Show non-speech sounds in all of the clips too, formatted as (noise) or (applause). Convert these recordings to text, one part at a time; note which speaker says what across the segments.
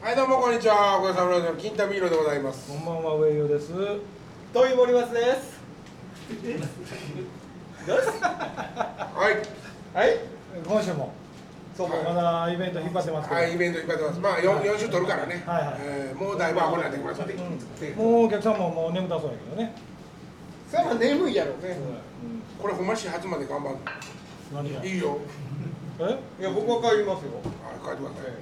Speaker 1: はいどうもこんにちは小屋さんラジオの金田ビーロでございます
Speaker 2: こんばんは、上与です。
Speaker 3: とい森松です。
Speaker 1: はい
Speaker 3: はい。
Speaker 2: 今週も、
Speaker 3: そうも。
Speaker 2: まだイベント引っ張ってますけど、
Speaker 1: はいイベントいっぱいやってますまあ 4, 四週取るからね、
Speaker 2: はいはい
Speaker 1: えーもうだいぶアホになってきましたね、で
Speaker 2: もうお客さんももう眠たそうやけどね。
Speaker 3: それは眠いやろね。
Speaker 2: う
Speaker 1: これほんま始発まで頑張
Speaker 2: ん、何が
Speaker 1: る
Speaker 2: え
Speaker 1: いいよ
Speaker 3: いや僕は帰りますよ。
Speaker 1: あ帰ってください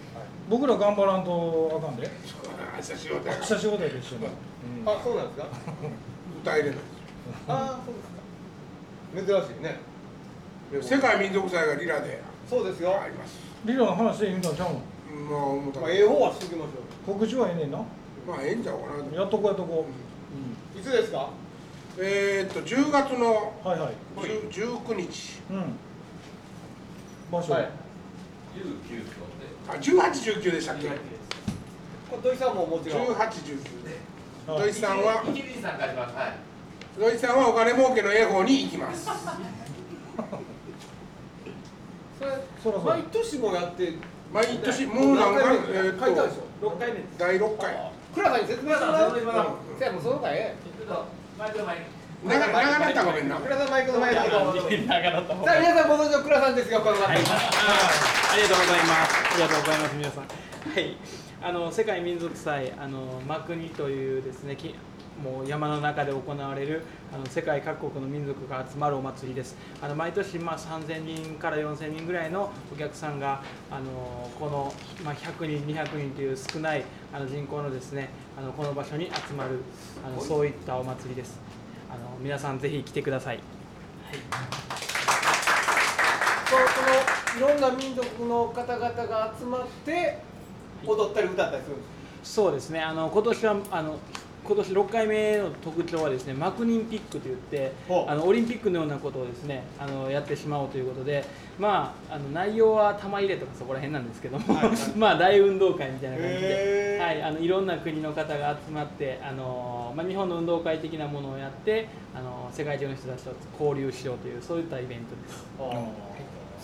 Speaker 2: 僕ら頑張らんとあかんで。
Speaker 1: 明日しようだよ
Speaker 2: 久しぶりで一緒に。
Speaker 3: あ、そうなんですか。
Speaker 1: 歌入れない
Speaker 3: あ、そうですか。珍しいね。
Speaker 1: 世界民族祭がリラで
Speaker 3: そうですよ。
Speaker 1: あります
Speaker 2: リロの話で見たんちゃうの
Speaker 1: まあ思った
Speaker 3: まあ絵本はしてきましょ
Speaker 2: 告知はええねんな。
Speaker 1: まあええんちゃうかなと
Speaker 2: やっとこうやっとこ
Speaker 3: う。いつですか。
Speaker 1: えー、っと10月の
Speaker 2: う。はいはい。
Speaker 1: 10 19日
Speaker 2: うん。場所。
Speaker 3: はい。
Speaker 4: 19と
Speaker 1: あ1819でしたっけ
Speaker 4: で、
Speaker 3: これ土井さんももちろん。
Speaker 1: 1819で
Speaker 2: はい
Speaker 1: ドイツさんは
Speaker 4: 池水さんがあります。はい。
Speaker 1: 土井さんはお金儲けの英語に行きます
Speaker 3: それ
Speaker 2: そろそろ
Speaker 3: 毎年もやって。
Speaker 1: 毎年もう何回もえーっ
Speaker 3: 書いたでし
Speaker 1: と
Speaker 3: ょ。
Speaker 4: 6回目です。
Speaker 1: 第6回
Speaker 3: クラさんに説明してもらう。せやもうその回え
Speaker 4: ちょっと、前と前に。
Speaker 3: え。
Speaker 1: 長長かったらごめんな
Speaker 3: クラさんマイクの前だけど。
Speaker 4: 池水さんがだった。
Speaker 3: さあ皆さんご存知のクラさんですよ。この方。
Speaker 5: ありがとうございます。ありがとうございます、皆さん。はい、あの世界民族祭、あのマクニというですね、きもう山の中で行われるあの世界各国の民族が集まるお祭りです。あの毎年まあ3000人から4000人ぐらいのお客さんがあのこのまあ100人200人という少ないあの人口のですね、あのこの場所に集まるあのそういったお祭りです。あの皆さんぜひ来てください。
Speaker 3: そのいろんな民族の方々が集まって踊ったり歌ったりするんです
Speaker 5: そうですね。あの今年はあの今年6回目の特徴はですね、マクニンピックといって
Speaker 3: ほ、う
Speaker 5: あのオリンピックのようなことをですね、あのやってしまおうということで、まああの内容は玉入れとかそこら辺なんですけども、
Speaker 3: はいはい
Speaker 5: (laughs) まあ大運動会みたいな感じで
Speaker 3: へ、ー
Speaker 5: はい、あのいろんな国の方が集まって、あのまあ日本の運動会的なものをやって、あの世界中の人たちと交流しようというそういったイベントです。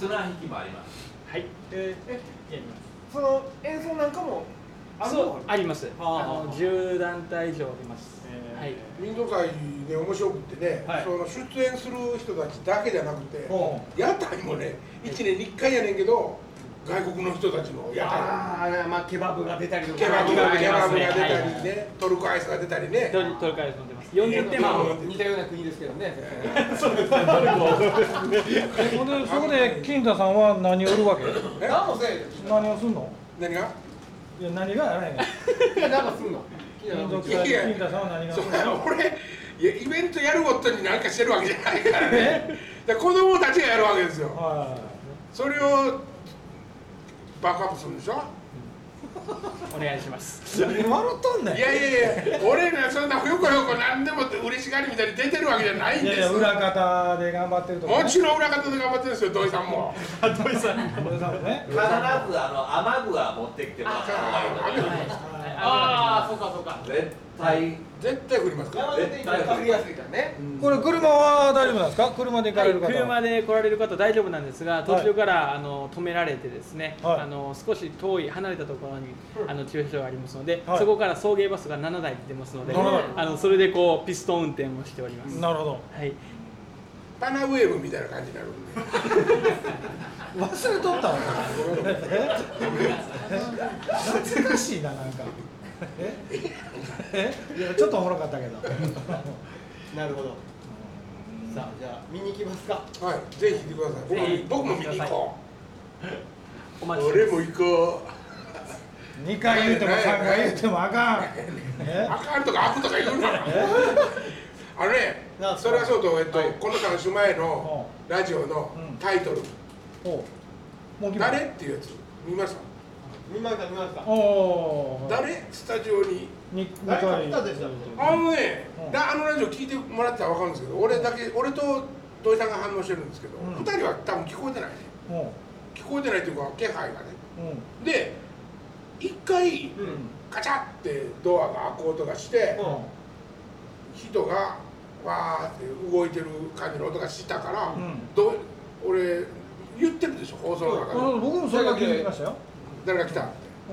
Speaker 4: 綱引きもあります。
Speaker 5: はい、
Speaker 3: ええ
Speaker 5: やります。
Speaker 3: その演奏なんかもあるの
Speaker 5: そうあります。あ
Speaker 3: ああ
Speaker 5: の10団体以上あります。
Speaker 3: えー
Speaker 5: はい。
Speaker 1: 民族祭で面白くってね、
Speaker 3: はい
Speaker 1: その出演する人たちだけじゃなくて、
Speaker 3: ほ
Speaker 1: 屋台もね1年に1回やねんけど外国の人たちの屋台
Speaker 3: あーまあケバブが出たりとか
Speaker 1: ケバブ
Speaker 5: ケバ
Speaker 1: が
Speaker 5: ブ
Speaker 1: ケバブが出た
Speaker 5: はい
Speaker 1: りねトルコアイスが出たりね
Speaker 5: トルトルコアイス飲んでます。40点
Speaker 3: ま
Speaker 5: 満。
Speaker 3: あ似たような国ですけどね
Speaker 2: そこで、そこで、金田さんは何を売るわけ
Speaker 1: え
Speaker 3: 何もせえよ
Speaker 2: 何をすんの
Speaker 1: 何が
Speaker 2: いや、何がやらへんねん。
Speaker 3: 何もすんの
Speaker 2: 民族
Speaker 1: いや
Speaker 2: 祭、金田さんは何がす
Speaker 1: そ
Speaker 2: ん
Speaker 1: う
Speaker 2: の
Speaker 1: 俺いやイベントやるごとに何かしてるわけじゃないからねだから子供たちがやるわけですよ
Speaker 2: は
Speaker 1: それをバックアップするんでしょ
Speaker 5: お願いします。
Speaker 2: い。何笑っとんねん
Speaker 1: いやいやいや、俺らそんなふよこよこなんでもって嬉しがりみたいに出てるわけじゃないん
Speaker 2: い
Speaker 1: で
Speaker 2: や
Speaker 1: す
Speaker 2: いや裏方で頑張ってるとか、ね、
Speaker 1: もちろん裏方で頑張ってるんですよ、土井さんも。
Speaker 2: これさんもね
Speaker 4: 必ず、あの、雨具は持ってきてます。
Speaker 5: ああ、そうかそうか。
Speaker 4: 絶対。
Speaker 1: 絶対振りますから。
Speaker 3: 山出ていたら分かりやすいからね
Speaker 2: これ車は大丈夫なんですか車で行か
Speaker 5: は
Speaker 2: れ
Speaker 5: い、
Speaker 2: る方、
Speaker 5: 車で来られる方大丈夫なんですが途中から、あの止められてですね、
Speaker 2: はい
Speaker 5: あの少し遠い離れたところにあの駐車場がありますので、
Speaker 2: はい
Speaker 5: そこから送迎バスが7台出ますので、
Speaker 2: 7
Speaker 5: あのそれでこうピストン運転をしております。
Speaker 2: なるほど
Speaker 5: はい、
Speaker 1: パナウェーブみたいな感じになるんで。
Speaker 2: 忘れとったの懐かしいななんかええいやちょっとおもろかったけど
Speaker 3: なるほどさ
Speaker 5: さ
Speaker 3: あじゃあ見に行きますか
Speaker 1: はい、ぜひ来てください。僕も
Speaker 5: ぜひ
Speaker 1: 僕も見に行こ
Speaker 5: あお
Speaker 1: う。
Speaker 5: 待ちして
Speaker 1: 俺も行こ
Speaker 2: 2回言うても3回言うてもあかん
Speaker 1: う。
Speaker 2: え
Speaker 1: あかんとか悪とか言うな。あのね
Speaker 3: なん、すか
Speaker 1: それはそうと、えっと
Speaker 3: はい、
Speaker 1: この3週前のラジオの
Speaker 2: うん
Speaker 1: タイトル、
Speaker 2: おもう決ま
Speaker 1: 誰っていうやつ、見ました
Speaker 3: 見ました見ました
Speaker 2: おお
Speaker 1: 誰スタジオに。
Speaker 2: 2
Speaker 3: 誰か来た
Speaker 2: 回
Speaker 3: でしょ
Speaker 1: あのね、
Speaker 2: うん
Speaker 1: だあのラジオ聞いてもらってたら分かるんですけど俺だけ俺と土井さんが反応してるんですけど、
Speaker 2: うん
Speaker 1: 二人は多分聞こえてないね
Speaker 2: うんうん
Speaker 1: 聞こえてないというか気配がねで一回
Speaker 3: うん
Speaker 1: カチャってドアが開く音がして、人がわーって動いてる感じの音がしたから、
Speaker 2: うん
Speaker 1: どう俺言ってるでしょ放送の中で、
Speaker 2: うん僕もそれが気づきましたよ
Speaker 1: 誰が来たって
Speaker 2: う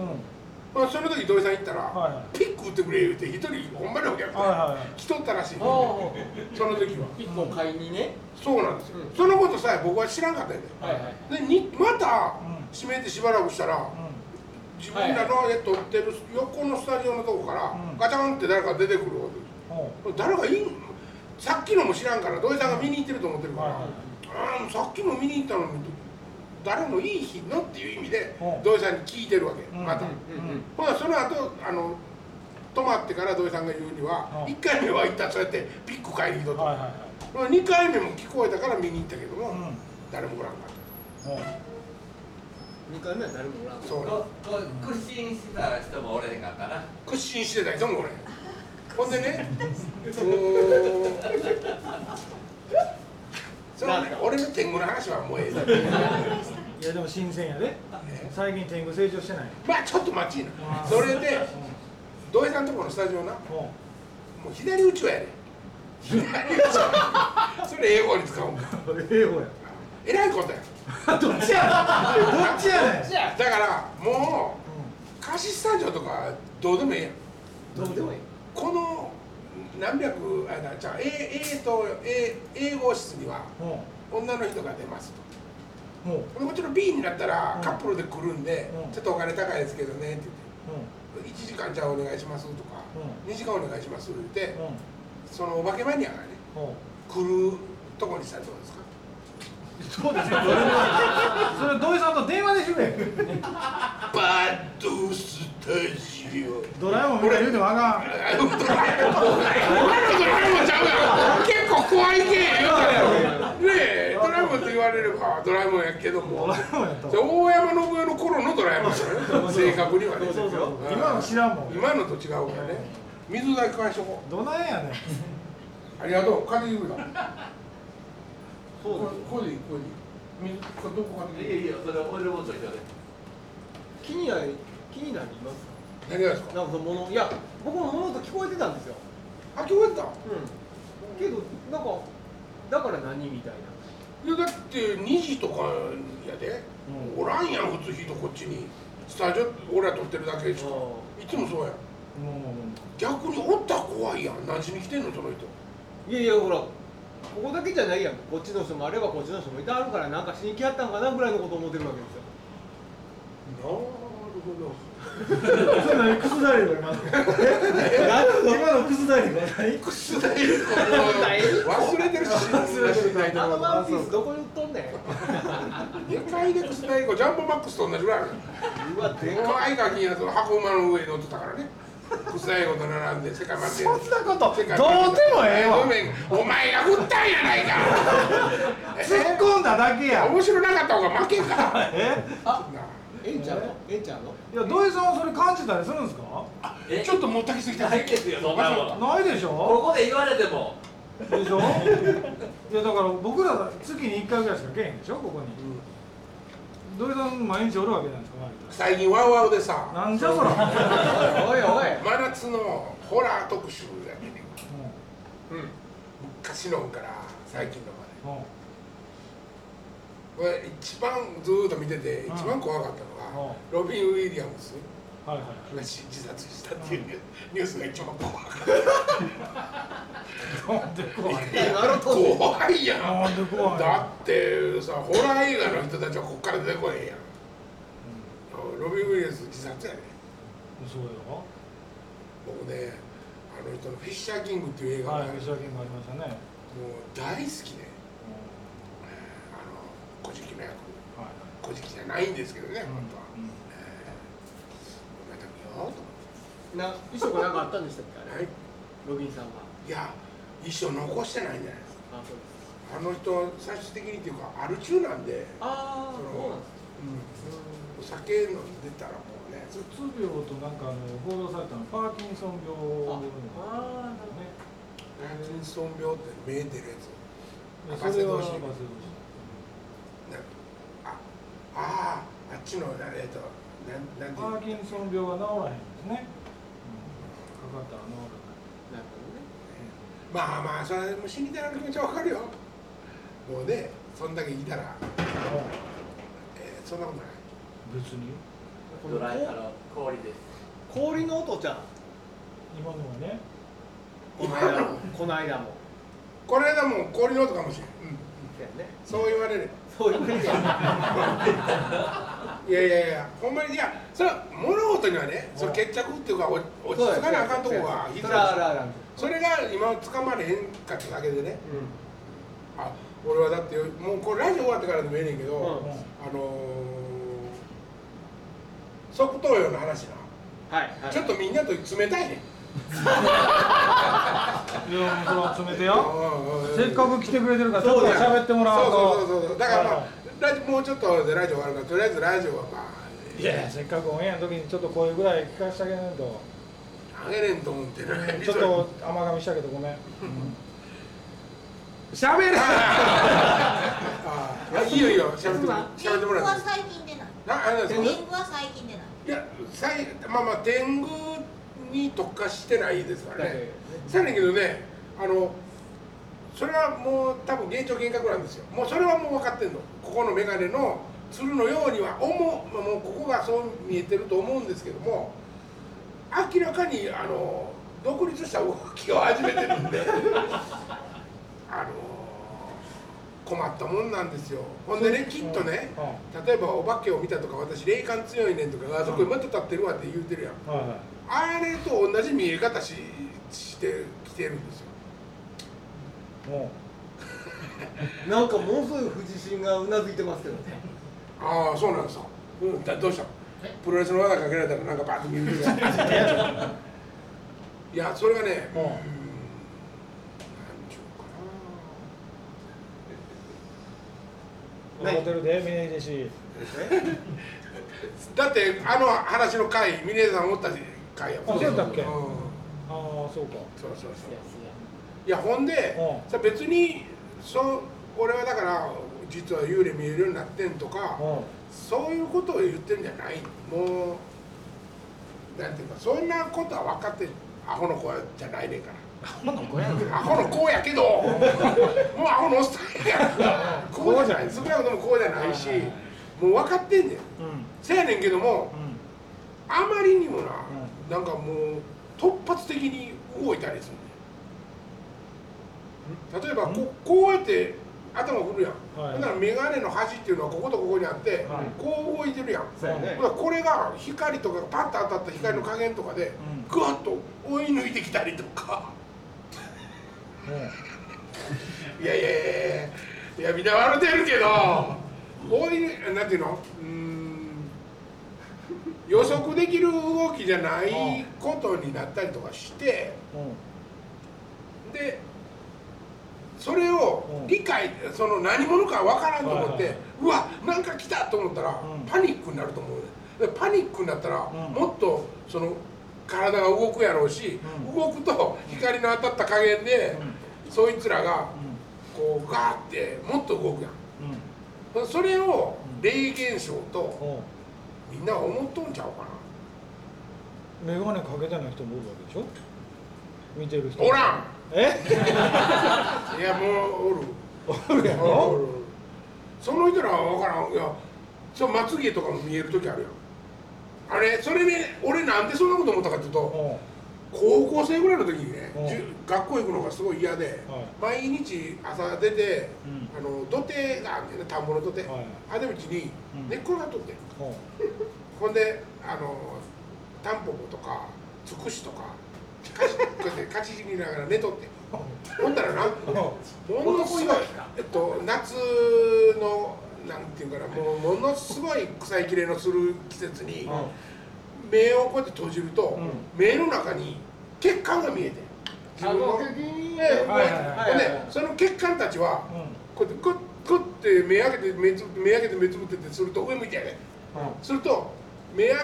Speaker 1: まあ、その時土井さん行ったら、
Speaker 2: はいはい
Speaker 1: ピック打ってくれ言うて一人ほんまにお客さん、
Speaker 2: はいはいはい
Speaker 1: 来とったらしい
Speaker 3: ああ
Speaker 1: その時は
Speaker 3: 一本買いにね、
Speaker 1: そうなんですよ、
Speaker 3: うん
Speaker 1: そのことさえ僕は知らんかったよね
Speaker 3: はいは
Speaker 1: で
Speaker 3: い
Speaker 1: にまた
Speaker 2: うん
Speaker 1: 閉めてしばらくしたら、自分らの絵撮ってる横のスタジオのとこから、
Speaker 2: うん
Speaker 1: ガチャンって誰か出てくるわけです
Speaker 2: うんほ
Speaker 1: 誰がいいんさっきのも知らんから土井さんが見に行ってると思ってるから、
Speaker 2: はいはい
Speaker 1: うんさっきも見に行ったのに誰もいい日のっていう意味で
Speaker 2: うん
Speaker 1: 土井さんに聞いてるわけ、
Speaker 2: うん
Speaker 1: また、
Speaker 2: ううんうん
Speaker 1: ほなその後あの泊まってから土井さんが言うには、
Speaker 2: うん
Speaker 1: 一1回目は行ったそうやってピック買いに行くと、
Speaker 2: はいはいは
Speaker 1: まあ2回目も聞こえたから見に行ったけども、
Speaker 2: いうん
Speaker 1: 誰も来らんかっ
Speaker 2: ほう
Speaker 3: 二回目は誰もおらん
Speaker 1: たそう
Speaker 4: ここ屈伸してた人もおれへんかったな
Speaker 1: 屈伸してた人
Speaker 2: (laughs)
Speaker 1: も俺ほんでね (laughs) そうそのね俺の天狗の話はもうえ
Speaker 2: (laughs)
Speaker 1: え
Speaker 2: いやでも新鮮やで最近天狗成長してない
Speaker 1: まあちょっと待ちいいな
Speaker 2: あー
Speaker 1: それで
Speaker 2: うん
Speaker 1: 土井さんとこのスタジオなも
Speaker 2: ほ
Speaker 1: う左打ち
Speaker 2: (laughs)
Speaker 1: はやで左打ちはそれ英語に使うんか
Speaker 2: う英語や
Speaker 1: えらいことや
Speaker 2: (laughs) ど
Speaker 1: (laughs)
Speaker 2: っちやねんどっちやねん
Speaker 3: じゃ
Speaker 1: だからもう貸しスタジオとかどうでもええやん
Speaker 2: どうでもいい
Speaker 1: この何百あなじゃあ A, A と A 英語室には
Speaker 2: ほ
Speaker 1: 女の人が出ますと
Speaker 2: うほう
Speaker 1: こっちの B になったら
Speaker 2: うん
Speaker 1: カップルで来るんで、
Speaker 2: うん
Speaker 1: ちょっとお金高いですけどねって
Speaker 2: ほ
Speaker 1: 言って1時間じゃあお願いしますとか、
Speaker 2: う
Speaker 1: 2時間お願いしますって言って
Speaker 2: う、ほう
Speaker 1: そのお化けマニアがね
Speaker 2: ほ
Speaker 1: 来るとこにしたらどうですか
Speaker 2: うどうですかそれはそれ土井さんと電話でしめ
Speaker 1: バッドスタジオ
Speaker 2: ドラえもんみたいに言うてもあかん
Speaker 1: あドラえもんドラえもんドラえもんちゃうやん結構怖い系言うたやんねえドラえもんと言われればドラえもんやけど
Speaker 2: ド
Speaker 1: も
Speaker 2: ラえもんやと
Speaker 1: じゃあ大山信代の頃のドラえもんやからね正確にはね
Speaker 2: そうそうそう
Speaker 1: うん
Speaker 2: 今の知らんもん
Speaker 1: 今のと違うからね水だけ返しとこ
Speaker 2: どないやねん
Speaker 1: うありがとう風邪言うな
Speaker 3: そうですよ
Speaker 1: これでいいこれでいい水これどこか
Speaker 4: い
Speaker 1: でいい
Speaker 4: やいやそれ俺もと一緒で
Speaker 3: 気になり気になります
Speaker 1: 何がですか
Speaker 3: なんかその物いや僕も物音聞こえてたんですよ、
Speaker 1: あ聞こえてた
Speaker 3: うん、けどなんかだから何みたいない
Speaker 1: やだって2時とかやで、おらんやん普通人こっちにスタジオ俺ら撮ってるだけでしかいつもそうやん
Speaker 2: もうもうも
Speaker 1: 逆におったら怖いやん何しに来てんのその人
Speaker 3: いやいやほらここだけじゃないやんこっちの人もあればこっちの人もいてあるからなんかしに来やったんかなぐらいのこと思ってるわけです
Speaker 1: な
Speaker 3: よ
Speaker 1: る (laughs) ほ
Speaker 2: うそれ何くすだれる今のえ今のくすだれる何
Speaker 1: どスタイル忘れてるし忘れて
Speaker 3: あのワンピースどこに売っとんねん
Speaker 1: 2階でクスダイゴジャンボマックスと同じぐらいある
Speaker 3: うわで
Speaker 1: 可
Speaker 3: かい
Speaker 1: 愛いガキやつの箱馬の上に乗ってたからねクスダイゴと並んで世界まで
Speaker 2: そんなことど
Speaker 1: 世
Speaker 2: うで
Speaker 1: 界
Speaker 2: もええわ
Speaker 1: ごめんお前が振ったんやないか
Speaker 2: 突っ込んだだけや
Speaker 1: 面白なかった方が負けかな
Speaker 2: え
Speaker 3: あえんちゃんのえんちゃんの
Speaker 2: いや土井さんはそれ感じたりするんですか
Speaker 4: え
Speaker 1: ちょっと持ったきすぎた
Speaker 4: ないですよそんなもん
Speaker 2: ないでし
Speaker 4: こ
Speaker 2: ょ
Speaker 4: こで言われても
Speaker 2: でしょいやだから僕ら月に1回ぐらいしか来えへんでしょここに土井さん毎日おるわけじゃないですか
Speaker 1: 最近ワウワウでさ
Speaker 2: 周りなんじゃ (laughs) そら
Speaker 3: おいおい
Speaker 1: 真夏のホラー特集やってね
Speaker 2: も
Speaker 1: 昔のから最近のまでこ
Speaker 2: うも
Speaker 1: れ一番ずーっと見てて
Speaker 2: うん
Speaker 1: 一番怖かったのがロビン・ウィリアムス
Speaker 2: うはいはい
Speaker 1: が自殺したっていうニュースが一番怖かっ
Speaker 2: なんで怖い
Speaker 3: なる
Speaker 1: た怖いやん
Speaker 2: なんで怖い
Speaker 1: だってさホラー映画の人たちはこっから出てこへんやんロビン・ウィリアムス自殺やね
Speaker 2: そうよ
Speaker 1: 僕ねあの人の「フィッシャー・キング」っていう映画が
Speaker 2: はい、
Speaker 1: もう
Speaker 2: 吉田健がありましたね。はい
Speaker 1: 大好きであの小じの役小じじゃないんですけどね
Speaker 2: うん
Speaker 1: 本当は。また見ようと思
Speaker 3: な衣装が何かあったんでしたっけ
Speaker 1: って、
Speaker 3: あれ、
Speaker 1: はい、
Speaker 3: ロビンさんは。
Speaker 1: いや一生残してないんじゃないですか
Speaker 3: あ、そうです。
Speaker 1: あの人最終的にっていうかアル中なんで、
Speaker 3: ああ、
Speaker 1: その
Speaker 3: そうなんです
Speaker 1: お酒飲んでたらもうね
Speaker 2: うつ病となんかあの報道されたのパーキンソン病のね。
Speaker 3: ああー、なる
Speaker 1: パーキンソン病って目出るやつ博士
Speaker 2: でそれは
Speaker 1: 同
Speaker 2: バ
Speaker 1: 士
Speaker 2: セド
Speaker 1: なんかああーあっちのえっとなんなんて
Speaker 2: パー
Speaker 1: いう
Speaker 2: キンソン病は治らへんですね。うん、かかったら治
Speaker 1: まあまあそれも死にたいな気持ちはわかるよもうねそんだけいたら、
Speaker 2: らへん。あ
Speaker 1: えーそんなことない
Speaker 2: 別に。
Speaker 3: ほ
Speaker 4: ド
Speaker 3: どね。
Speaker 4: ライあ
Speaker 3: この
Speaker 4: の氷です
Speaker 3: 氷の音ちゃん
Speaker 2: 今のはね
Speaker 3: この間もこの間も
Speaker 1: これだもう氷の音かもしれん、うん、
Speaker 3: だよね
Speaker 1: そう言われれば
Speaker 3: そういうことや
Speaker 1: いやいやいやほんまにいやそれは物事にはねその決着っていうかお落ち着かなあかんとこが
Speaker 3: そ
Speaker 1: 必
Speaker 3: れ
Speaker 1: 要
Speaker 3: はあるあるある
Speaker 1: それが今つかまれへんかっただけでねあ俺はだってもうこれラジオ終わってからでもええねんけど、
Speaker 3: うん
Speaker 1: あのー、即答用の話な、
Speaker 3: はいはい
Speaker 1: ちょっとみんなと冷たいねん
Speaker 2: いやもうそれは詰めてよせ
Speaker 1: せ
Speaker 2: っかく来てくれてるからちょっと喋ってもらおうと
Speaker 1: そうそうそうそうだからまあ、ラジもうちょっとでラジオ終わるからとりあえずラジオはまあ
Speaker 2: いやいやせっかくオンエアの時にちょっとこういうぐらい聞かせてあげないと
Speaker 1: あげれんと思ってる
Speaker 2: ちょっと甘噛みしたけどごめん、
Speaker 1: しゃべる (laughs) ああいいよいいよしゃべってもらってしゃべってもら
Speaker 6: は
Speaker 1: って
Speaker 6: 最近出ない。
Speaker 1: なあれなんですか
Speaker 6: リングは最近出ない。
Speaker 1: いやさいまあまあ天狗に特化してないですから
Speaker 3: だけど
Speaker 1: ね
Speaker 3: ね
Speaker 1: そうやねんけどねあのそれはもう多分幻聴幻覚なんですよもうそれはもう分かってんのここの眼鏡の鶴のようには思うまあもうここがそう見えてると思うんですけども明らかにあの独立した動きを始めてるんで (laughs) あの困ったもんなんですよほんでねきっとね、
Speaker 2: う
Speaker 1: 例えばお化けを見たとか私霊感強いねんとかあそこにまた立ってるわって言うてるやん
Speaker 2: んはいはい
Speaker 1: あれと同じ見え方ししてきてるんですよ
Speaker 2: も
Speaker 3: なんかものすごい不自信がうなずいてますけどね
Speaker 1: ああそうなんですか、うん、だどうしたプロレスの技かけられたらなんかバッと見えるやん
Speaker 2: (laughs)
Speaker 1: いやそれがね
Speaker 2: うん
Speaker 1: うんなんちゅうかな
Speaker 2: うホテルで峰秀氏
Speaker 1: だってあの話の回峰さんおった回やもん
Speaker 2: あそうやったっけ
Speaker 1: ん
Speaker 2: ああそうか
Speaker 1: そうそうそういやほんで、
Speaker 2: う
Speaker 1: さ別にそう俺はだから実は幽霊見えるようになってんとか、
Speaker 2: う
Speaker 1: そういうことを言ってるんじゃないもうなんていうかそんなことは分かってるアホの子じゃないねんからアホの子やけどもうアホのおっさんやからこうじゃない少なくともこうじゃないしもう分かってんねん
Speaker 2: んうん
Speaker 1: せやねんけども
Speaker 2: うん
Speaker 1: あまりにもな、なんかもう突発的に動いたりするね例えばここうやって頭振るやん、
Speaker 2: はい
Speaker 1: ほんなら眼鏡の端っていうのはこことここにあって、
Speaker 2: はい
Speaker 1: こう動いてるやん、
Speaker 3: そうやね
Speaker 1: ほなこれが光とかがパッと当たった光の加減とかで
Speaker 2: うん
Speaker 1: グワッと追い抜いてきたりとかいやいやいやいやいやみんな笑ってるけど追い抜なんていうのうーん予測できる動きじゃないことになったりとかして
Speaker 2: うんうん
Speaker 1: でそれを理解その何者かわからんと思っ
Speaker 2: はい
Speaker 1: て
Speaker 2: は
Speaker 1: うわなんか来たと思ったら
Speaker 2: うん
Speaker 1: パニックになると思うねでパニックになったら
Speaker 2: うん
Speaker 1: もっとその体が動くやろうし
Speaker 2: うん
Speaker 1: 動くと光の当たった加減でそいつらがこうガーってもっと動くやん
Speaker 2: うん
Speaker 1: それを
Speaker 2: うん
Speaker 1: 霊現象
Speaker 2: う
Speaker 1: と
Speaker 2: ん
Speaker 1: みんな思っとんちゃうかな
Speaker 2: 眼鏡かけてない人もおるわけでしょ見てる人
Speaker 1: おらん
Speaker 2: え
Speaker 1: いやもうおる
Speaker 2: おるや
Speaker 1: おるお
Speaker 2: ろ
Speaker 1: るその人らは分からんいやそのまつげとかも見える時あるやんあれそれね俺なんでそんなこと思ったかっていう
Speaker 2: う
Speaker 1: と
Speaker 2: ん
Speaker 1: 高校生ぐらいの時にね
Speaker 2: うん
Speaker 1: じゅ学校行くのがすごい嫌で毎日朝出て
Speaker 2: うん
Speaker 1: あの土手があってね田んぼの土手
Speaker 2: はいはい
Speaker 1: あでうちに
Speaker 2: うん
Speaker 1: 根っこがとって
Speaker 2: うん
Speaker 1: ほんであのタンポポとかつくしとかかちこ (laughs) うやってかちぎりながら寝とってほんだらなものすごい、えっと、夏のなんていうかなもうものすごい臭いきれのする季節に
Speaker 2: うん
Speaker 1: 目をこうやって閉じると、
Speaker 2: う
Speaker 1: 目の中に血管が見えて自分の、ええ
Speaker 2: はいはいはい
Speaker 1: ほんでその血管たちは
Speaker 2: うん
Speaker 1: こうやってクックッて目開けて目つぶって目開けて目つぶってってすると上向いてやれすると目や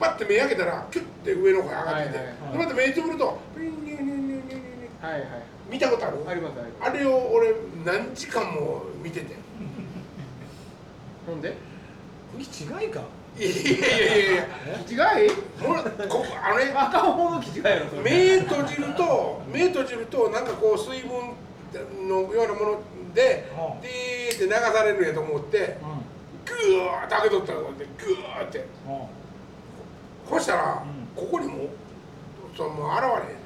Speaker 1: パッて目開けたらキュッて上の方へ上がってきて、
Speaker 3: はいはい
Speaker 2: は
Speaker 1: で
Speaker 2: い
Speaker 1: また目つぶるとピンニュニュニュニュニュニュ
Speaker 3: はいはい
Speaker 1: 見たことある
Speaker 3: ありますあります
Speaker 1: あれを俺何時間も見てて
Speaker 3: ほんで
Speaker 2: 気違いか
Speaker 1: いやいやいやいや
Speaker 3: 気違い
Speaker 1: もうここあれ
Speaker 3: 赤本の気違いやろそれ
Speaker 1: 目閉じると目閉じるとなんかこう水分のようなもので
Speaker 2: うん
Speaker 1: ディーって流されるんやと思って
Speaker 2: うん
Speaker 1: グーッて開けとったらこうやってグーッて
Speaker 2: うん
Speaker 1: こうしたら
Speaker 2: うん
Speaker 1: ここにもそのもう現れへん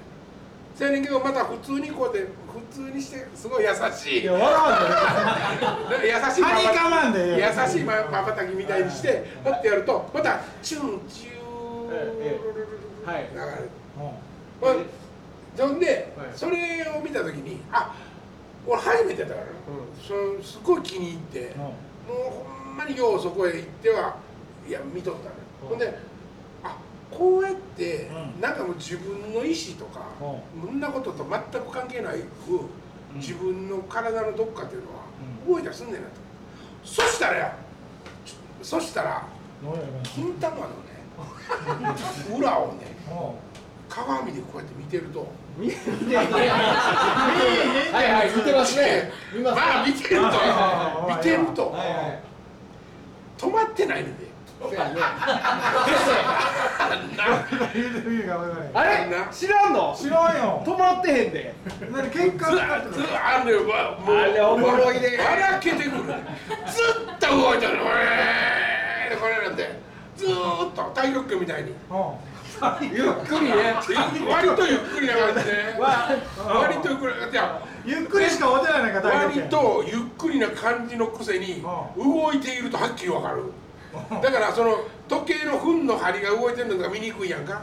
Speaker 1: せやねんけどまた普通にこうやって普通にしてすごい優しい
Speaker 2: いや笑わんで
Speaker 1: なんか優しい
Speaker 2: ハニカマンで
Speaker 1: 優しいまばたきみたいにしてパッてやるとまたチュンチュ
Speaker 3: え
Speaker 1: ー
Speaker 3: はい
Speaker 1: 流れる
Speaker 2: も
Speaker 1: ほんそんで
Speaker 3: はい
Speaker 1: それを見た時にあ俺初めてだからなそのすごい気に入って
Speaker 2: うも
Speaker 1: もうほんまにようそこへ行ってはいや見とったね
Speaker 2: うん
Speaker 1: ほんであこうやって
Speaker 2: うん
Speaker 1: なんかもう自分の意思とかそんなことと全く関係ないく
Speaker 2: うん
Speaker 1: 自分の体のどっかっていうのは
Speaker 2: うん
Speaker 1: 動いたりすんねんなとそしたらやちょそしたら
Speaker 2: うどうやりましょ
Speaker 1: 金玉のね裏をね
Speaker 2: うも
Speaker 1: 鏡でこうやって見てると
Speaker 3: 見て見て見てはいはい見てますね見ます
Speaker 1: まあ見てると
Speaker 2: う
Speaker 1: 見てると
Speaker 2: はいはい
Speaker 1: 止まってないんで
Speaker 3: そうやね
Speaker 1: あ
Speaker 3: あれ知らんの
Speaker 2: 知らんよ
Speaker 3: 止まってへんで
Speaker 2: なんで結果
Speaker 1: ず
Speaker 2: になっ
Speaker 1: ー
Speaker 2: て
Speaker 1: っ
Speaker 2: る
Speaker 1: とあれはもう
Speaker 3: あれおもろいね
Speaker 1: ばらけてくるずっと動いてるウェーこれなんてずーっと太極拳みたいに
Speaker 2: うん
Speaker 3: ゆっくりね
Speaker 1: 割とゆっくりな感じで割とゆっくりいや
Speaker 2: ゆっくりしか終わってないなんか大
Speaker 1: 割とゆっくりな感じのくせに動いているとはっきりわかるだからその時計の糞の針が動いてるのが見にくいやんか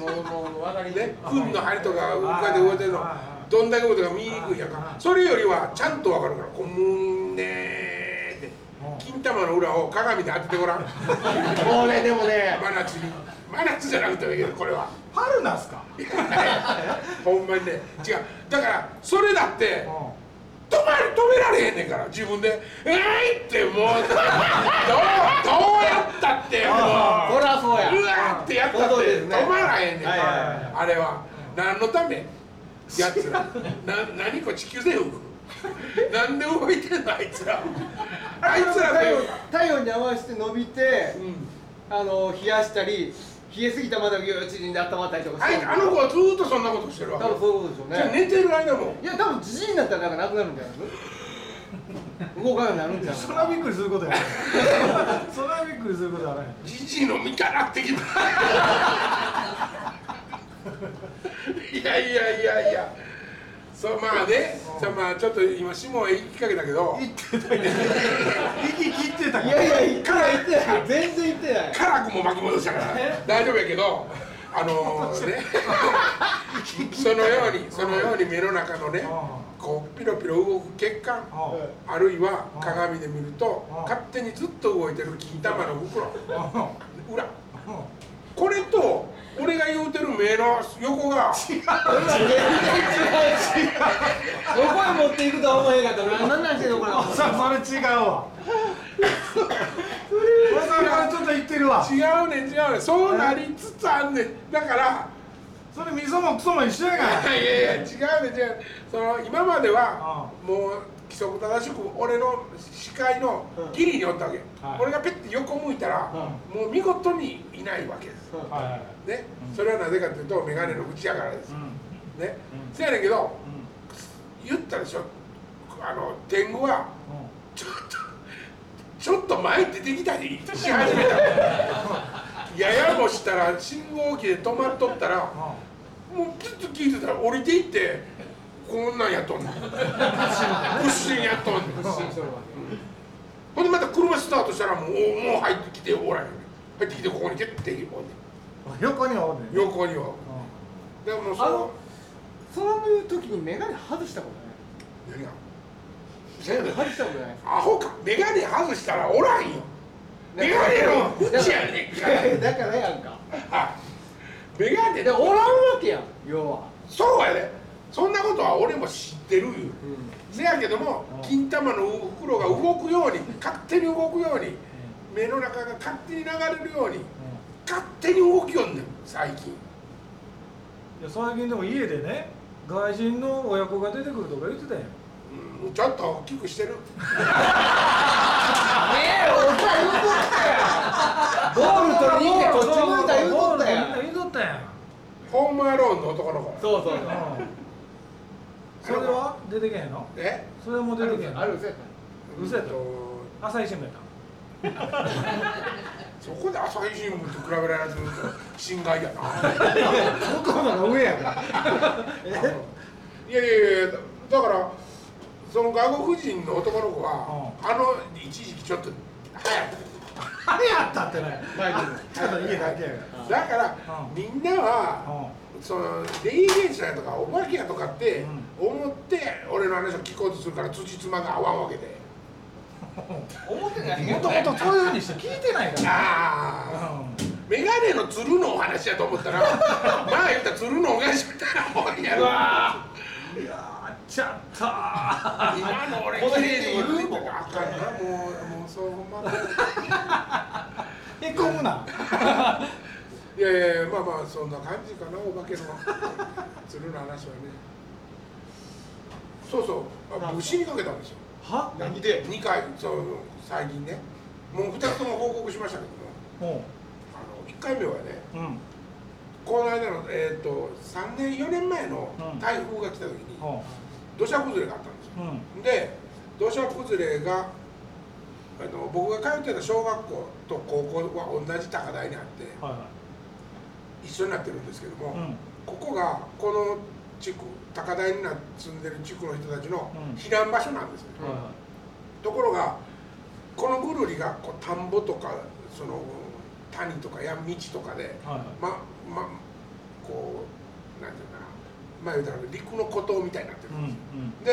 Speaker 3: もうもう分かり
Speaker 1: ね糞の針とかこうやって動いてるのどんだけ動いてるか見にくいやんかそれよりはちゃんとわかるからこうむんねーって金玉の裏を鏡で当ててごらん
Speaker 3: これでもね
Speaker 1: 真夏に真夏じゃなくてもいいけどこれは
Speaker 2: パルナスか
Speaker 1: ほんまにね違うだからそれだって、
Speaker 2: う
Speaker 1: 止まる止められへんねんから自分で「えい!」ってもうどうどうやったっても
Speaker 2: あ
Speaker 3: ほらそうや
Speaker 1: ううわーってやったっ
Speaker 3: そう
Speaker 1: て
Speaker 3: ですね
Speaker 1: 止まらへんねんか
Speaker 3: はいはい
Speaker 2: はい
Speaker 1: らあれは何のためやつらな何これ地球征服なんで動いてんのあいつらあいつらと
Speaker 3: 体
Speaker 1: い
Speaker 3: 温
Speaker 1: うか
Speaker 3: 体温に合わせて伸びて
Speaker 1: うん
Speaker 3: あの冷やしたり冷えすぎたまだぎゅうちに温まったりとか
Speaker 1: あい
Speaker 3: る
Speaker 1: あの子はずーっとそんなことしてる
Speaker 3: 多
Speaker 1: わ
Speaker 3: 分
Speaker 1: け
Speaker 3: そういうことでしょう
Speaker 1: じゃあ
Speaker 3: ね
Speaker 1: 寝てる間も
Speaker 3: いや多分じじいになったらなんかなくなるんじゃないの動かんようになるんじゃ
Speaker 2: ん
Speaker 3: ない
Speaker 2: そらびっくりすることやね
Speaker 3: (laughs)
Speaker 2: そらびっくりすることやね
Speaker 1: じじいの身からってきたいやいやいやいやそうまあね、そうまあちょっと今下へ行きかけたけど
Speaker 2: 息切ってた
Speaker 3: い
Speaker 2: か
Speaker 3: や
Speaker 2: ら
Speaker 3: いや一回行ってない全然行ってない
Speaker 1: 辛くも巻き戻したから大丈夫やけどあのー、ねそのようにそのように目の中のね
Speaker 2: う
Speaker 1: こうピロピロ動く血管
Speaker 2: んうん
Speaker 1: あるいは
Speaker 2: うん
Speaker 1: 鏡で見ると
Speaker 2: うん
Speaker 1: 勝手にずっと動いてる金玉の袋
Speaker 2: うんうん
Speaker 1: 裏これと俺が言うてる目の横が
Speaker 3: それは全然違うしどこへ持っていくとは思えへんかった俺何なんしてんのこれ
Speaker 2: あさあそれ違うわわざわざちょっと言ってるわ
Speaker 1: 違うねん違うねんそうなりつつあんねんだから (laughs)
Speaker 2: それ味噌もクソも一緒やから
Speaker 1: いやいや違うねん違うねんその今まではもう規則正しく俺の視界のギリにおったわけ、
Speaker 2: はい
Speaker 1: 俺がペッて横向いたら、もう見事にいないわけです
Speaker 2: はいはいはい
Speaker 1: ね、それはなぜかというと眼鏡の口やからです、
Speaker 2: うん
Speaker 1: ね
Speaker 2: うん
Speaker 1: せやねんけど言ったでしょあの天狗はちょっとちょっと前に出てきたりし始めたややもしたら信号機で止まっとったらもうずっと聞いてたら降りていってこんなんやっとんねん不審やっとんねんほんでまた車スタートしたらもうもう入ってきておらへん入ってきてここに蹴っていおんね
Speaker 2: うん横にはおんねん
Speaker 1: ん横には
Speaker 2: う
Speaker 1: でももうそ
Speaker 3: あ
Speaker 1: の
Speaker 3: のそういう時に眼鏡外したこと
Speaker 1: 何が
Speaker 3: ない外したことない
Speaker 1: アホか眼鏡外したらおらんよ眼鏡の縁やねんから
Speaker 3: だからやんか
Speaker 1: はい眼鏡
Speaker 3: で
Speaker 1: で
Speaker 3: おらんわけやん要は、
Speaker 1: そうやでそんなことは俺も知ってるよせやけども
Speaker 2: うん
Speaker 1: 金玉の袋が動くように勝手に動くように目の中が勝手に流れるように
Speaker 2: んうん
Speaker 1: 勝手に動きよんねん最近
Speaker 2: いや最近でも家でね外人の親子が出てくるとか言ってたやん
Speaker 1: うんちょっと大きくしてる
Speaker 3: ねえお前言うとったやんゴール取りに行ってこっち向いた言うとったやん
Speaker 2: ゴールみんな言うとったやん
Speaker 1: ホームアローンの男の子
Speaker 3: そうそうそう
Speaker 2: うんそれは出てけへんの
Speaker 1: え
Speaker 2: それも出てけへんの
Speaker 3: あるぜ
Speaker 2: 嘘やった
Speaker 1: うんと
Speaker 2: 朝一新聞やった
Speaker 1: そこで朝日新聞と比べられず侵害やな
Speaker 2: 僕の方が上やから
Speaker 1: いやいやいやだからその外国人の男の子は、あの一時期ちょっと
Speaker 2: あれやったってない
Speaker 3: 大丈夫
Speaker 2: ただ家だけやか
Speaker 1: だから、みんな
Speaker 2: ら
Speaker 1: は、
Speaker 2: うん
Speaker 1: その霊現者やとかお化けやとかって思って俺の話を聞こうとするから土妻が合わんわけで
Speaker 4: 思ってないけ
Speaker 2: も
Speaker 4: ど
Speaker 2: と
Speaker 4: ね
Speaker 2: もとそういうふうにして聞いてないから
Speaker 1: ああ
Speaker 2: う
Speaker 1: メガネの鶴のお話やと思った
Speaker 2: (laughs)
Speaker 1: らまあ言ったら鶴のお返しみたいなもんや
Speaker 2: んう
Speaker 1: ろ
Speaker 2: わーいやーちゃった
Speaker 1: 今の俺
Speaker 4: この
Speaker 1: 綺
Speaker 4: 辺
Speaker 1: 麗
Speaker 4: で
Speaker 1: に
Speaker 4: 言
Speaker 1: 言
Speaker 4: う
Speaker 1: う
Speaker 4: も
Speaker 1: と
Speaker 4: ん
Speaker 1: かあかんなもうもうそうほんま
Speaker 2: ーへこむない
Speaker 1: やいやいやまあまあそんな感じかなお
Speaker 2: (laughs)
Speaker 1: 化けの鶴の話はねそうそうあ武士にかけたんですよ
Speaker 2: は
Speaker 3: 何で
Speaker 1: 2回そう最近ねもう2つとも報告しましたけども
Speaker 2: も
Speaker 1: あの1回目はね
Speaker 2: ううん
Speaker 1: この間の、えー、と3年4年前の
Speaker 2: うん
Speaker 1: 台風が来た時に
Speaker 2: うん
Speaker 1: 土砂崩れがあったんですよ
Speaker 2: うん
Speaker 1: で土砂崩れがあの僕が通ってた小学校と高校は同じ高台にあって
Speaker 2: はいは
Speaker 1: 一緒になってるんですけども、
Speaker 2: いうん
Speaker 1: ここがこの地区高台にな住んでる地区の人たちの
Speaker 2: うん
Speaker 1: 避難場所なんですよ、
Speaker 2: はいは
Speaker 1: ところがこのぐるりがこう田んぼとかその谷とか山道とかで
Speaker 2: いはいはい
Speaker 1: ままこうなんていうのかなまあ言うたら陸の孤島みたいになってる
Speaker 2: うんうん
Speaker 1: んで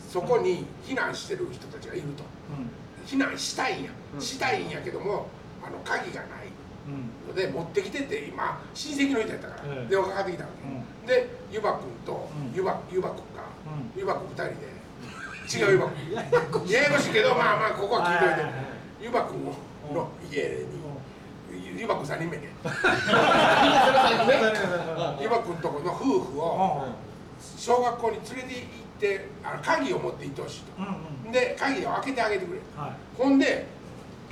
Speaker 1: すよ、でそこに避難してる人たちがいると。避難したいんや、
Speaker 3: うん
Speaker 1: したいんやけどもあの鍵がない
Speaker 2: うんうん
Speaker 1: ので持ってきてって今親戚の人やったから、
Speaker 2: ええ
Speaker 1: 電話かかってきたわ
Speaker 2: うんうん
Speaker 1: け、でゆば君と、
Speaker 2: うん
Speaker 1: ゆばゆば君が
Speaker 2: うん
Speaker 1: ゆば君二人で、違うゆば君
Speaker 2: ややこしい
Speaker 1: ややこしいけどまあまあここは聞いといて、
Speaker 2: はいはいはい
Speaker 1: ゆば君の家に、ゆば君3人目ねゆば君とこの夫婦を小学校に連れて行ってあの鍵を持って行ってほしい
Speaker 2: うんう
Speaker 1: と
Speaker 2: ん
Speaker 1: で鍵を開けてあげてくれ
Speaker 2: は
Speaker 1: ほんで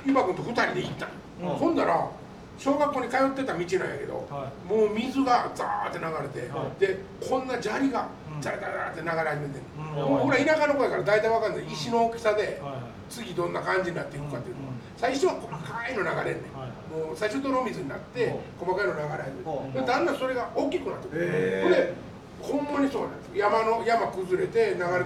Speaker 1: ゆば君と二人で行ったの
Speaker 2: いうん
Speaker 1: ほんだら小学校に通ってた道なんやけど、
Speaker 2: は
Speaker 1: もう水がザーって流れて、
Speaker 2: はい
Speaker 1: でこんな砂利が
Speaker 2: うん
Speaker 1: ザラザラザラって流れ始めて、
Speaker 2: うんん
Speaker 1: もう俺は田舎の子やから大体わかんない、
Speaker 2: うん
Speaker 1: 石の大きさで、
Speaker 2: はいはい
Speaker 1: 次どんな感じになっていくかっていうのは、
Speaker 2: うんうん
Speaker 1: 最初は細かいの流れんねん、
Speaker 2: はい
Speaker 1: もう最初泥水になって、細かいの流れ始めて、
Speaker 2: うん
Speaker 1: だんだんそれが大きくなってくる、
Speaker 2: へー
Speaker 1: ほんでほんまにそうなんです山の山崩れて流れてくるから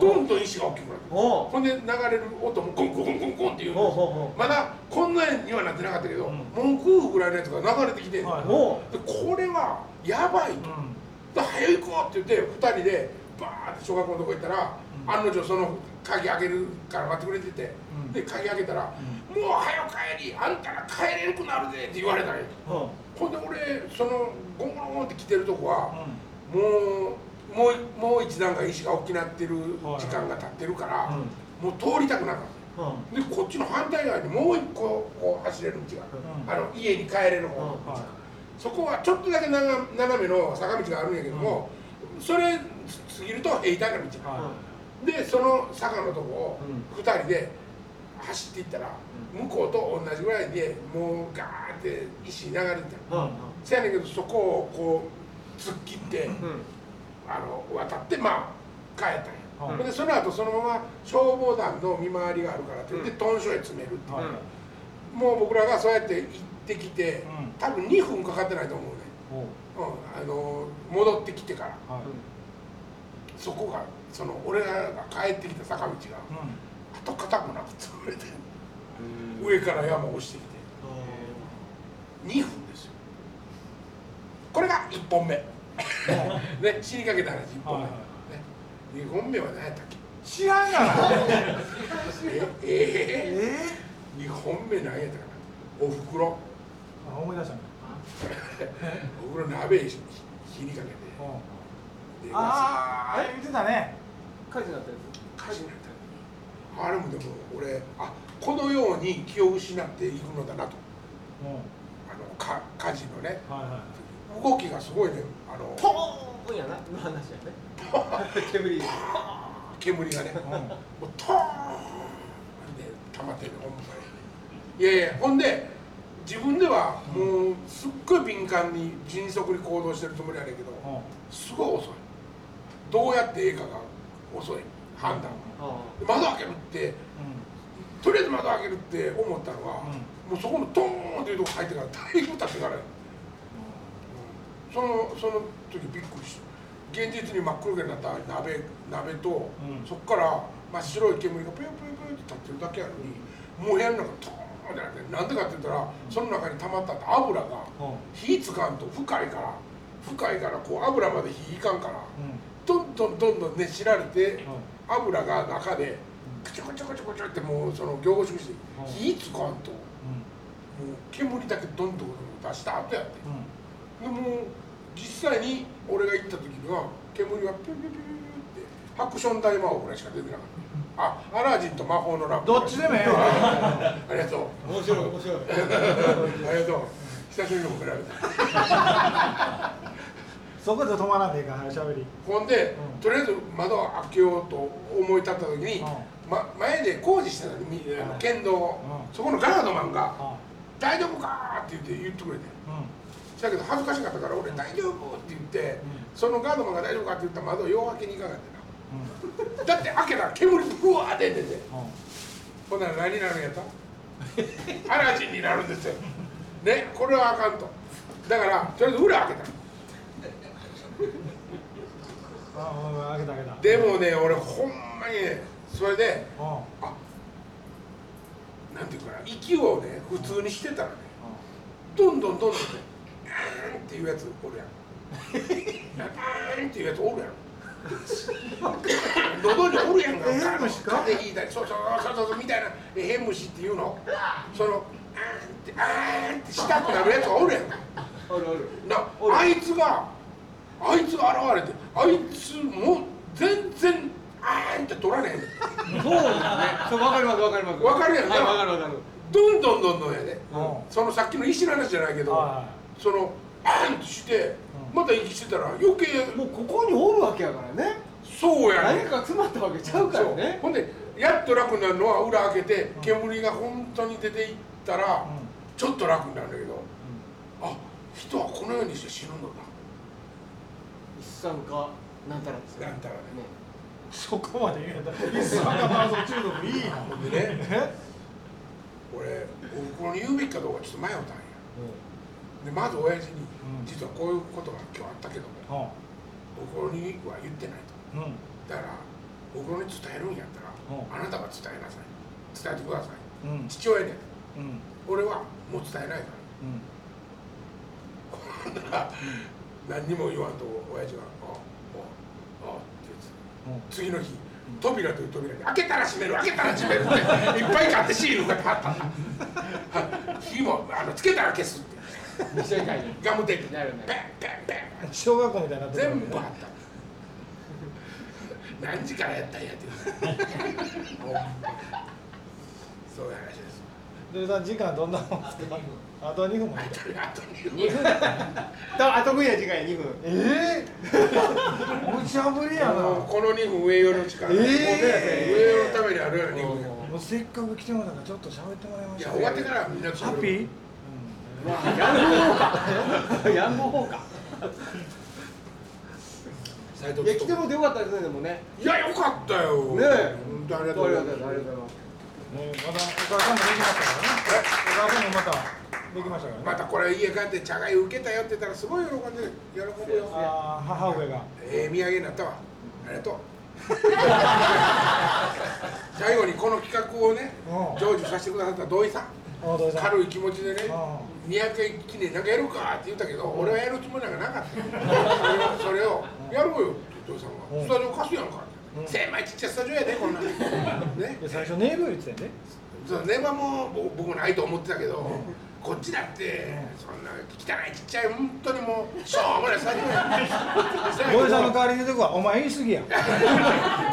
Speaker 1: どんどん石が大きくなってくる
Speaker 3: おう
Speaker 1: ほんで流れる音もコンコンコンコンコンっていう
Speaker 3: おうお
Speaker 1: まだこんなにはなってなかったけど、
Speaker 2: うん
Speaker 1: 文句ぐらいのやつが流れてきてんの、
Speaker 2: は
Speaker 3: うおうお
Speaker 1: でこれはやばいと、
Speaker 2: うん
Speaker 1: で早い行こうって言って2人でバーって小学校のとこ行ったら、
Speaker 2: うん
Speaker 1: 案の定その鍵開けるから待ってくれてて、
Speaker 2: うん
Speaker 1: で鍵開けたら「もう早く帰りあんたら帰れなくなるで」って言われたんよ
Speaker 3: う
Speaker 1: ほんで俺そのゴンゴンゴンって来てるとこ
Speaker 2: う
Speaker 1: は、
Speaker 2: ん
Speaker 1: もうもういもう一段階石が大きなってる時間が経ってるから、もう通りたくなかった。
Speaker 3: うん
Speaker 1: でこっちの反対側にもう一個こう走れる道がある、あの家に帰れる方、
Speaker 3: うん
Speaker 2: はい
Speaker 1: そこはちょっとだけなが斜めの坂道があるんやけども、それつ過ぎると平坦な道が、
Speaker 2: は
Speaker 1: でその坂のとこを
Speaker 3: う
Speaker 1: 2人で走っていったら、向こうと同じぐらいでもうガーって石流れてたの
Speaker 3: うん
Speaker 1: せやねんけどそこをこう突っ切って
Speaker 3: うん
Speaker 1: あの渡ってまあ帰ったんや、
Speaker 2: はい
Speaker 1: ほんでその後そのまま消防団の見回りがあるからって言って、
Speaker 3: うん
Speaker 1: トンションへ詰めるっていう
Speaker 2: いはい
Speaker 1: もう僕らがそうやって行ってきて、
Speaker 2: うん
Speaker 1: 多分2分かかってないと思うね、
Speaker 2: おう
Speaker 1: うん、あの戻ってきてから
Speaker 2: はい
Speaker 1: そこがその俺らが帰ってきた坂道が
Speaker 2: うん
Speaker 1: 跡形もなく潰れて上から山を落ちてきて2分ですよこれが1本目ね死にかけた話1本目、
Speaker 2: はいは
Speaker 1: ね、2本目は何やったっけ
Speaker 2: 知らんがな
Speaker 1: えええ
Speaker 2: え
Speaker 1: え2本目何やったかなおふくろ
Speaker 2: ーあ思い出したね
Speaker 1: おふくろ鍋火にかけて
Speaker 2: うん
Speaker 1: で
Speaker 2: あああれ見てたね
Speaker 3: 火事になったや
Speaker 1: 火事になったあれもでも俺あこのように気を失っていくのだなと
Speaker 2: う
Speaker 1: あ
Speaker 2: ん
Speaker 1: のか火事のね
Speaker 2: はいはい
Speaker 1: 動きがすごいねあの
Speaker 3: つポーンやなの話やね煙
Speaker 1: 煙がね
Speaker 2: うん
Speaker 1: もうトーンで溜まってるねほんまにいやいやほんで自分ではもうすっごい敏感に迅速に行動してるつもりやねんけど
Speaker 2: うん
Speaker 1: すごい遅いどうやってええかが遅い判断が
Speaker 3: あ
Speaker 1: で窓開けるって
Speaker 2: う
Speaker 1: とりあえず窓開けるって思ったのは、
Speaker 2: う
Speaker 1: もうそこのドーンっていうとこ入ってからだいぶ経ってからやそのその時びっくりした現実に真っ黒けになった鍋鍋と、
Speaker 2: ん
Speaker 1: そこから真っ白い煙がぷよぷよぷよって立ってるだけやのにもう部屋の中ドーンってなってなんでかって言ったらその中に溜まった油が火つかんと深いから深いからこう油まで火いかんからどんどんどんどん熱しられて油が中でくちょくちょくちょくちょってもうその凝固縮して火つかんと。もう煙だけどんどん出した後やってでも実際に俺が行った時には煙がピュピュピュピュってハクション大魔王ぐらいしか出てなかったあアラジンと魔法のラップ
Speaker 2: どっちでもええわ
Speaker 1: (laughs) ありがとう
Speaker 4: 面白い面白い
Speaker 1: ありがとう久しぶりに送られた
Speaker 2: そこで止まらんでいいからしゃべり
Speaker 1: ほんで、
Speaker 2: うん
Speaker 1: とりあえず窓を開けようと思い立った時に、
Speaker 2: うん
Speaker 1: ま、前で工事してたのみあの
Speaker 2: はい
Speaker 1: 剣道を、
Speaker 2: うん
Speaker 1: そこのガードマンが
Speaker 2: あ
Speaker 1: 「大丈夫か?」って言って言ってくれて
Speaker 2: う
Speaker 1: だけど恥ずかしかったから俺「大丈夫?」って言って、そのガードマンが大丈夫かって言ったら窓を夜明けに行かなかっ
Speaker 2: んうん
Speaker 1: たなだって開けたら煙ブワーって出てて
Speaker 2: うん
Speaker 1: ほんなら何になるんやとアラジンになるんですよねこれはあかんとだからとりあえず裏開けた
Speaker 2: あうん開けた開けた
Speaker 1: でもね俺ほんまにねそれで
Speaker 2: うんうん
Speaker 1: あなんていうかな息をね普通にしてたらねどんどんどんどんね「うん」っていうやつおるやん「うん」っていうやつおるやん喉におるやんか
Speaker 2: えへん虫か
Speaker 1: 風邪ひいたりそうそうそうそうそうみたいなえへん虫っていうのその「うん」って「うん」ってしたくなるやつがおるやんか
Speaker 4: あるある
Speaker 1: なあいつがあいつが現れてあいつも全然「あーん」って取らねえん
Speaker 4: そうだねそうわかりますわかります
Speaker 1: わかるやんか
Speaker 4: はいわかるわかる
Speaker 1: どんどんどんどんやで、
Speaker 2: うん
Speaker 1: そのさっきの石の話じゃないけど、
Speaker 2: は
Speaker 1: そのあんとして
Speaker 2: う
Speaker 1: また息してたら余計
Speaker 4: もうここにおるわけやからね
Speaker 1: そうやね
Speaker 4: 何か詰まったわけちゃうから
Speaker 1: そう
Speaker 4: ね
Speaker 1: ほんでやっと楽になるのは裏開けて煙が本当に出ていったら
Speaker 2: いうん
Speaker 1: ちょっと楽になるんだけど、あ人はこのようにして死ぬの
Speaker 3: 一酸化なんたらです
Speaker 1: だ
Speaker 3: ね
Speaker 1: なんたらね
Speaker 3: ね
Speaker 2: そこまで言うんやったら一酸化炭素中毒いいやん
Speaker 1: ほんでね
Speaker 2: え
Speaker 1: 俺お袋に言うべきかどうかちょっと迷ったんやでまず親父に
Speaker 2: うん
Speaker 1: 実はこういうことが今日あったけど
Speaker 2: う
Speaker 1: お袋には言ってないと
Speaker 2: んうん
Speaker 1: だから僕に伝えるんやったら、
Speaker 2: うん
Speaker 1: あなたが伝えなさい伝えてください
Speaker 2: うん
Speaker 1: 父親に
Speaker 2: うん
Speaker 1: 俺はもう伝えないからほん
Speaker 2: うん
Speaker 1: なら何にも言わんと親父が「あああって言ってた次の日扉という扉に「開けたら閉める開けたら閉める」っていっぱい買ってシールが貼ったはい火もあのつけたら消すって
Speaker 4: 一緒に帰る
Speaker 1: ガムテープ
Speaker 4: なるね
Speaker 1: ペンペンペン
Speaker 2: うん小学校みたいになってるわ
Speaker 1: 全
Speaker 2: け
Speaker 1: 部あった何時からやったんやっていうそういう話です
Speaker 2: 土井さん時間どんなもんですかあと2分も
Speaker 1: あとあと
Speaker 4: 2分だあ得意な時間や2分
Speaker 2: ええ無茶ぶりやな
Speaker 1: もう
Speaker 2: も
Speaker 1: この2分上用の時間、
Speaker 2: えー
Speaker 1: もうね上用のためにあるような2分や
Speaker 2: うせっかく来てもらったからちょっと喋ってもらいま
Speaker 1: い
Speaker 2: し
Speaker 1: や
Speaker 2: ょう
Speaker 1: 終わってからみんな
Speaker 2: ハッピー
Speaker 4: やんごほうか
Speaker 1: 斉藤
Speaker 4: いや来てもらってよかったですねでもね
Speaker 1: いやよかったよ
Speaker 4: ねえ
Speaker 1: 本当ありが
Speaker 4: あり
Speaker 1: とう
Speaker 4: が
Speaker 1: ご
Speaker 4: とう
Speaker 1: ざ
Speaker 4: ご
Speaker 1: いま
Speaker 4: ざい
Speaker 1: す
Speaker 4: ますありがとうございます
Speaker 2: ねまたお母さんもできましたからねお母さんもまたできましたから
Speaker 1: ま
Speaker 2: ね
Speaker 1: たこれ家帰って茶がゆ受けたよって言ったらすごい喜んで喜ぶよ
Speaker 2: あー母上が
Speaker 1: ええ土産になったわありがとう (laughs) 最後にこの企画をね
Speaker 2: うん
Speaker 1: 成就させてくださった土井さん
Speaker 2: お土井さん
Speaker 1: 軽い気持ちでね
Speaker 2: う
Speaker 1: 200円記念なんかやるかって言ったけど、俺はやるつもりなんかなかった (laughs) よそれを「やろうよ」って言ってさんが「
Speaker 2: うん
Speaker 1: スタジオ貸すやんか」って、
Speaker 2: うん
Speaker 1: 狭いちっちゃいスタジオやでこ
Speaker 2: (laughs)
Speaker 1: んなんね
Speaker 2: んで最初ネイル言ってたよね
Speaker 1: そうネバもぼ僕ないと思ってたけど、こっちだって、
Speaker 2: ん
Speaker 1: そんな汚いちっちゃい本当にもうしょうもないスタジオやそやけど
Speaker 2: 土井さんの代わりに出てくわお前言い過ぎや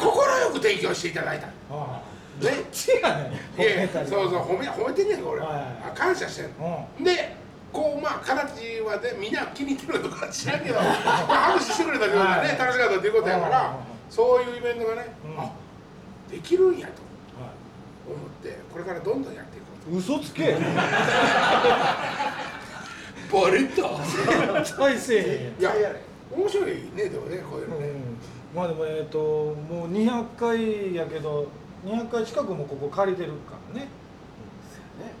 Speaker 1: (laughs) 心よく提供していただいたね
Speaker 2: あ違うねん
Speaker 1: いやいや
Speaker 2: 褒めたり
Speaker 1: そうそう褒め褒めてんねんか俺、
Speaker 2: はいはいはい
Speaker 1: あ感謝してんの
Speaker 2: うん
Speaker 1: でこうまあ形はねみんな気に入ってくれたとか知らん
Speaker 2: (laughs)
Speaker 1: けどまあ拍手してくれたけどね
Speaker 2: はい
Speaker 1: 楽しかったっていうことやか
Speaker 2: うんうん
Speaker 1: ら
Speaker 2: うん
Speaker 1: そういうイベントがね、
Speaker 2: うん
Speaker 1: あできるんやと
Speaker 2: は
Speaker 1: 思ってこれからどんどんやっていこ
Speaker 2: い嘘つけ
Speaker 1: うバレた
Speaker 2: 大勢
Speaker 1: いや面白いねでもねこういうのね、
Speaker 2: まあでもえっともう200回やけど200回近くもここ借りてるからね
Speaker 4: ね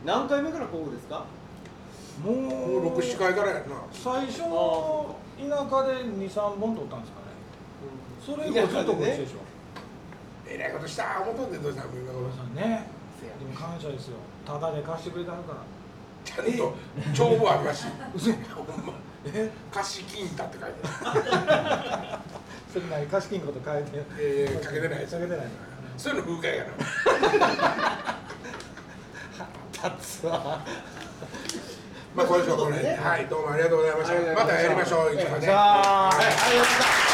Speaker 4: 何回目からここですか
Speaker 2: もう
Speaker 1: もう67回からやな
Speaker 2: 最初の田舎で23本取ったんですかねそれ以降ずっとこっちでしょ
Speaker 1: えらいことした思っとんでどうしたんみんな
Speaker 2: 皆さんねでも感謝ですよただで貸してくれてはるから
Speaker 1: ちゃんと帳簿あるらしい
Speaker 2: 嘘やん
Speaker 1: ほんま
Speaker 2: え
Speaker 1: 貸し金太って書いてある
Speaker 2: それなり貸し金庫と変えて
Speaker 1: えーかけてないやつ
Speaker 2: かけてない
Speaker 1: そういうの風 (laughs) 化やな
Speaker 4: 立つわ
Speaker 1: まあ今週はこの辺ではいどうもありがとうございましたまたやりましょう一回ね
Speaker 2: じゃあ
Speaker 1: はいありがとうございました